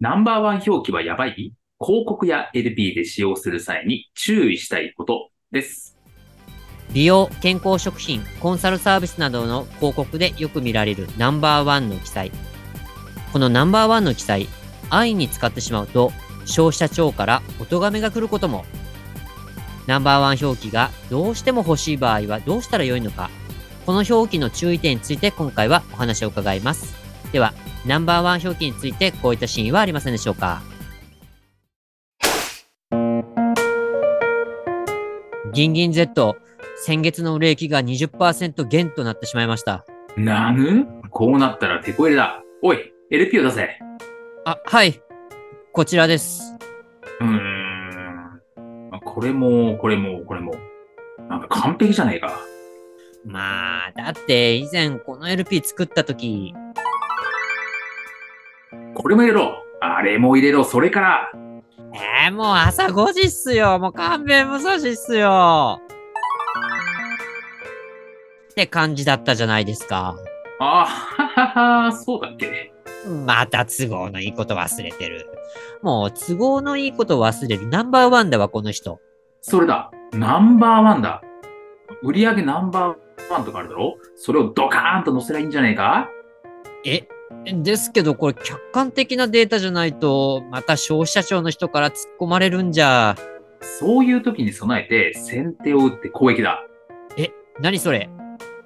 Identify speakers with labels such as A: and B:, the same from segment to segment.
A: ナンバーワン表記はやばい広告や LP で使用する際に注意したいことです。
B: 美容、健康食品、コンサルサービスなどの広告でよく見られるナンバーワンの記載。このナンバーワンの記載、安易に使ってしまうと、消費者庁からお咎めが来ることも。ナンバーワン表記がどうしても欲しい場合はどうしたらよいのか。この表記の注意点について今回はお話を伺います。では、ナンバーワン表記についてこういったシーンはありませんでしょうかギンギン Z、先月の売れ行きが20%減となってしまいました。
A: なぬこうなったらテこ入れだ。おい、LP を出せ。
B: あ、はい。こちらです。
A: うーん。あこれも、これも、これも。なんか完璧じゃねえか。
B: まあ、だって以前この LP 作った時、
A: これも入れろ。あれも入れろ。それから、
B: えー、もう朝5時っすよ。もう勘弁無差しっすよ。って感じだったじゃないですか。
A: あははは、そうだっけ。
B: また都合のいいこと忘れてる。もう都合のいいこと忘れるナンバーワンだわ、この人。
A: それだ。ナンバーワンだ。売り上げナンバーワンとかあるだろそれをドカーンと載せりゃいいんじゃねえか
B: え、ですけどこれ客観的なデータじゃないと、また消費者庁の人から突っ込まれるんじゃ。
A: そういう時に備えて先手を打って攻撃だ。
B: 何それ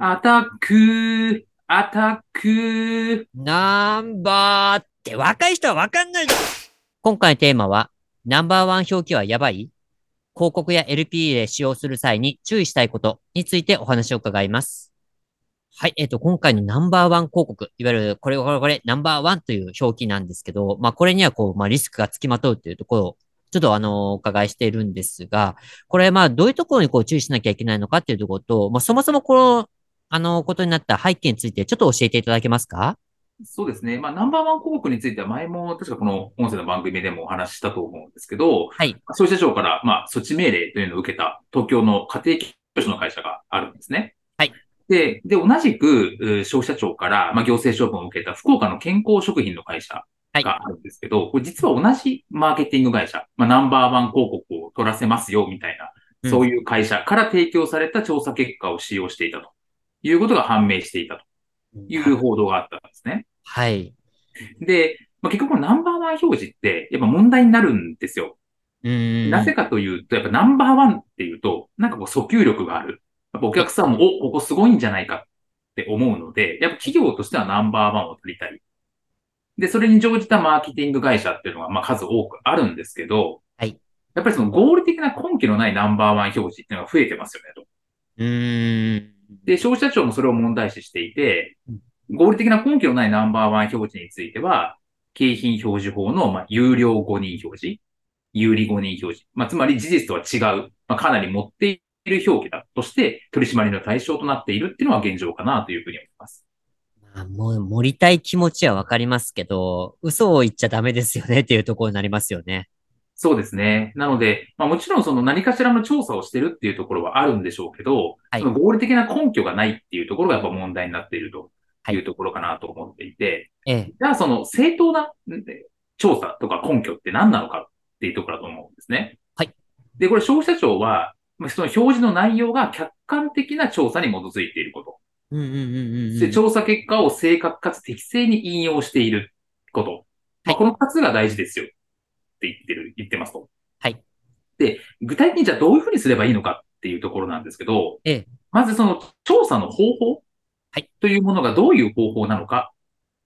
A: アタックー、アタックー。
B: ナンバーって若い人はわかんないじゃん今回のテーマは、ナンバーワン表記はやばい広告や LP で使用する際に注意したいことについてお話を伺います。はい、えっ、と、今回のナンバーワン広告、いわゆるこれこれこれナンバーワンという表記なんですけど、まあこれにはこう、まあリスクがつきまとうというところを、ちょっとあの、お伺いしているんですが、これまあどういうところにこう注意しなきゃいけないのかっていうところと、まあそもそもこの、あの、ことになった背景についてちょっと教えていただけますか
A: そうですね。まあ、ナンバーワン広告については前も確かこの音声の番組でもお話ししたと思うんですけど、
B: はい。
A: 消費者庁から、まあ、措置命令というのを受けた東京の家庭教師の会社があるんですね。
B: はい。
A: で、で、同じく、うー消費者庁から、まあ、行政処分を受けた福岡の健康食品の会社
B: はい。
A: があるんですけど、これ実は同じマーケティング会社、まあ、ナンバーワン広告を取らせますよ、みたい
B: う
A: な、
B: ん
A: そういう会社から提供された調査結果を使用していたということが判明していたという報道があったんですね。
B: はい。
A: で、まあ、結局このナンバーワン表示って、やっぱ問題になるんですよ。
B: うーん。
A: なぜかというと、やっぱナンバーワンっていうと、なんかこう訴求力がある。やっぱお客さんも、お、ここすごいんじゃないかって思うので、やっぱ企業としてはナンバーワンを取りたい。で、それに乗じたマーケティング会社っていうのが、まあ数多くあるんですけど、
B: はい。
A: やっぱりその合理的な根拠のないナンバーワン表示っていうのが増えてますよね、と。
B: うーん。
A: で、消費者庁もそれを問題視していて
B: うん、
A: 合理的な根拠のないナンバーワン表示については、景品表示法の、まあ、有料誤認表示、有利誤認表示、まあ、つまり事実とは違う、まあ、かなり持っている表記だとして、取り締まりの対象となっているっていうのは現状かなというふうに思います。
B: まあ、もう、盛りたい気持ちはわかりますけど、嘘を言っちゃダメですよねっていうところになりますよね。
A: そうですね。なので、まあ、もちろんその何かしらの調査をしてるっていうところはあるんでしょうけど、
B: はい
A: その合理的な根拠がないっていうところがやっぱ問題になっていると
B: はい
A: いうところかなと思っていて、
B: ええ。
A: じゃあその正当なうん調査とか根拠って何なのかっていうところだと思うんですね。
B: はい。
A: で、これ消費者庁は、まあその表示の内容が客観的な調査に基づいていること。
B: うんうんうんうんうん。
A: で、調査結果を正確かつ適正に引用していること。ま
B: は
A: あ、
B: い
A: この2つが大事ですよって言ってる、言ってますと。
B: はい。
A: で、具体的にじゃあどういうふうにすればいいのかっていうところなんですけど、
B: ええ
A: まずその調査の方法
B: はい
A: というものがどういう方法なのか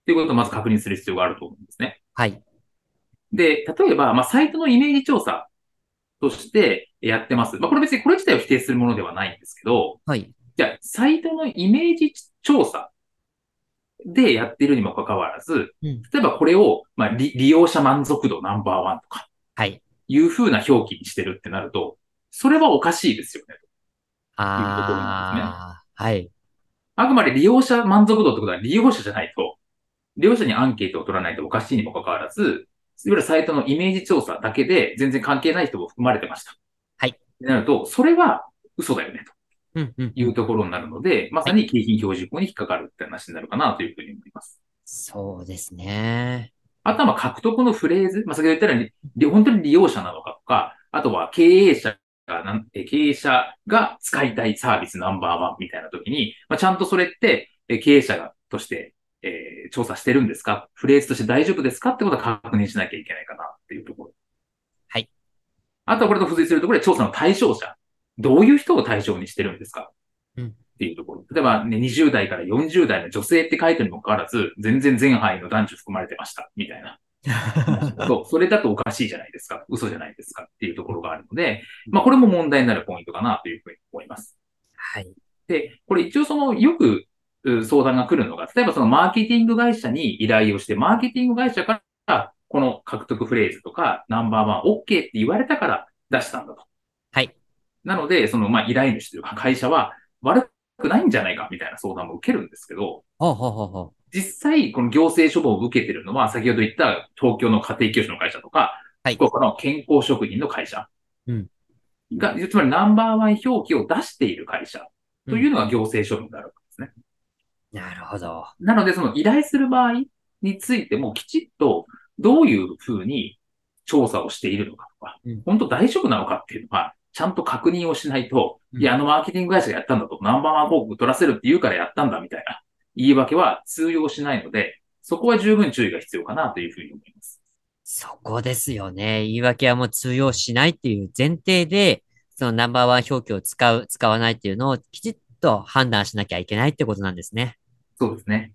A: っていうことをまず確認する必要があると思うんですね。
B: はい。
A: で、例えば、まあ、サイトのイメージ調査としてやってます。まあ、これ別にこれ自体を否定するものではないんですけど、
B: はい。
A: じゃあ、サイトのイメージ調査でやってるにもかかわらず、
B: うん
A: 例えばこれを、まあ、利利用者満足度ナンバーワンとか、
B: はい。
A: いう風な表記にしてるってなると、それはおかしいですよね。
B: ああ、はい。
A: あくまで利用者満足度ってことは利用者じゃないと、利用者にアンケートを取らないとおかしいにもかかわらず、いわゆるサイトのイメージ調査だけで全然関係ない人も含まれてました。
B: はい。
A: なると、それは嘘だよね、と
B: うんうん。
A: いうところになるので、まさに景品表示法に引っかかるって話になるかなというふうに思います。
B: そうです ね。
A: あとはまあ獲得のフレーズ、まあ、先ほど言ったようにり本当に利用者なのかとか、あとは経営者がなん、え経営者が使いたいサービスナンバーワンみたいな時に、まあ、ちゃんとそれってえ経営者がとして、えー調査してるんですかフレーズとして大丈夫ですかってことは確認しなきゃいけないかなっていうところ。
B: はい。
A: あとはこれと付随するところで調査の対象者。どういう人を対象にしてるんですか
B: うん
A: っていうところ。例えば、ね、20代から40代の女性って書いてるにもかかわらず、全然全範囲の男女含まれてました、みたいな。 そう、それだとおかしいじゃないですか。嘘じゃないですかっていうところがあるので、まあこれも問題になるポイントかなというふうに思います。
B: はい。
A: で、これ一応そのよくう相談が来るのが、例えばそのマーケティング会社に依頼をして、マーケティング会社からこの獲得フレーズとかナンバーワン OK って言われたから出したんだと。
B: はい。
A: なので、そのまあ依頼主というか会社は悪くないんじゃないかみたいな相談も受けるんですけど、
B: ほうほうほうほ
A: 実際、この行政処分を受けてるのは、先ほど言った東京の家庭教師の会社とか、
B: はい
A: 福岡の健康職員の会社
B: うん
A: が、つまりナンバーワン表記を出している会社
B: う。
A: というのが行政処分になるわけですね。
B: なるほど。
A: なので、その依頼する場合についてもきちっとどういうふうに調査をしているのかとか、
B: うん
A: 本当大丈夫なのかっていうのは、ちゃんと確認をしないと、
B: うん
A: いや、あのマーケティング会社がやったんだと、ナンバーワン広告取らせるって言うからやったんだみたいな言い訳は通用しないので、そこは十分注意が必要かなというふうに思います。
B: そこですよね。言い訳はもう通用しないっていう前提で、そのナンバーワン表記を使う、使わないっていうのをきちっと判断しなきゃいけないってことなんですね。
A: そうですね。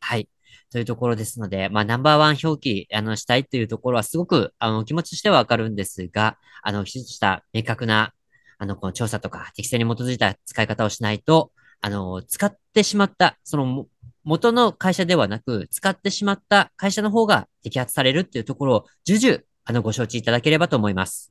B: はい。というところですので、まあ、ナンバーワン表記、あの、したいっていうところは、すごく、あの、お気持ちとしてはわかるんですが、あの、きちっとした明確な、あの、この調査とか、適正に基づいた使い方をしないと、あの、使ってしまった、その、も元の会社ではなく、使ってしまった会社の方が摘発されるっていうところを、重々、あの、ご承知いただければと思います。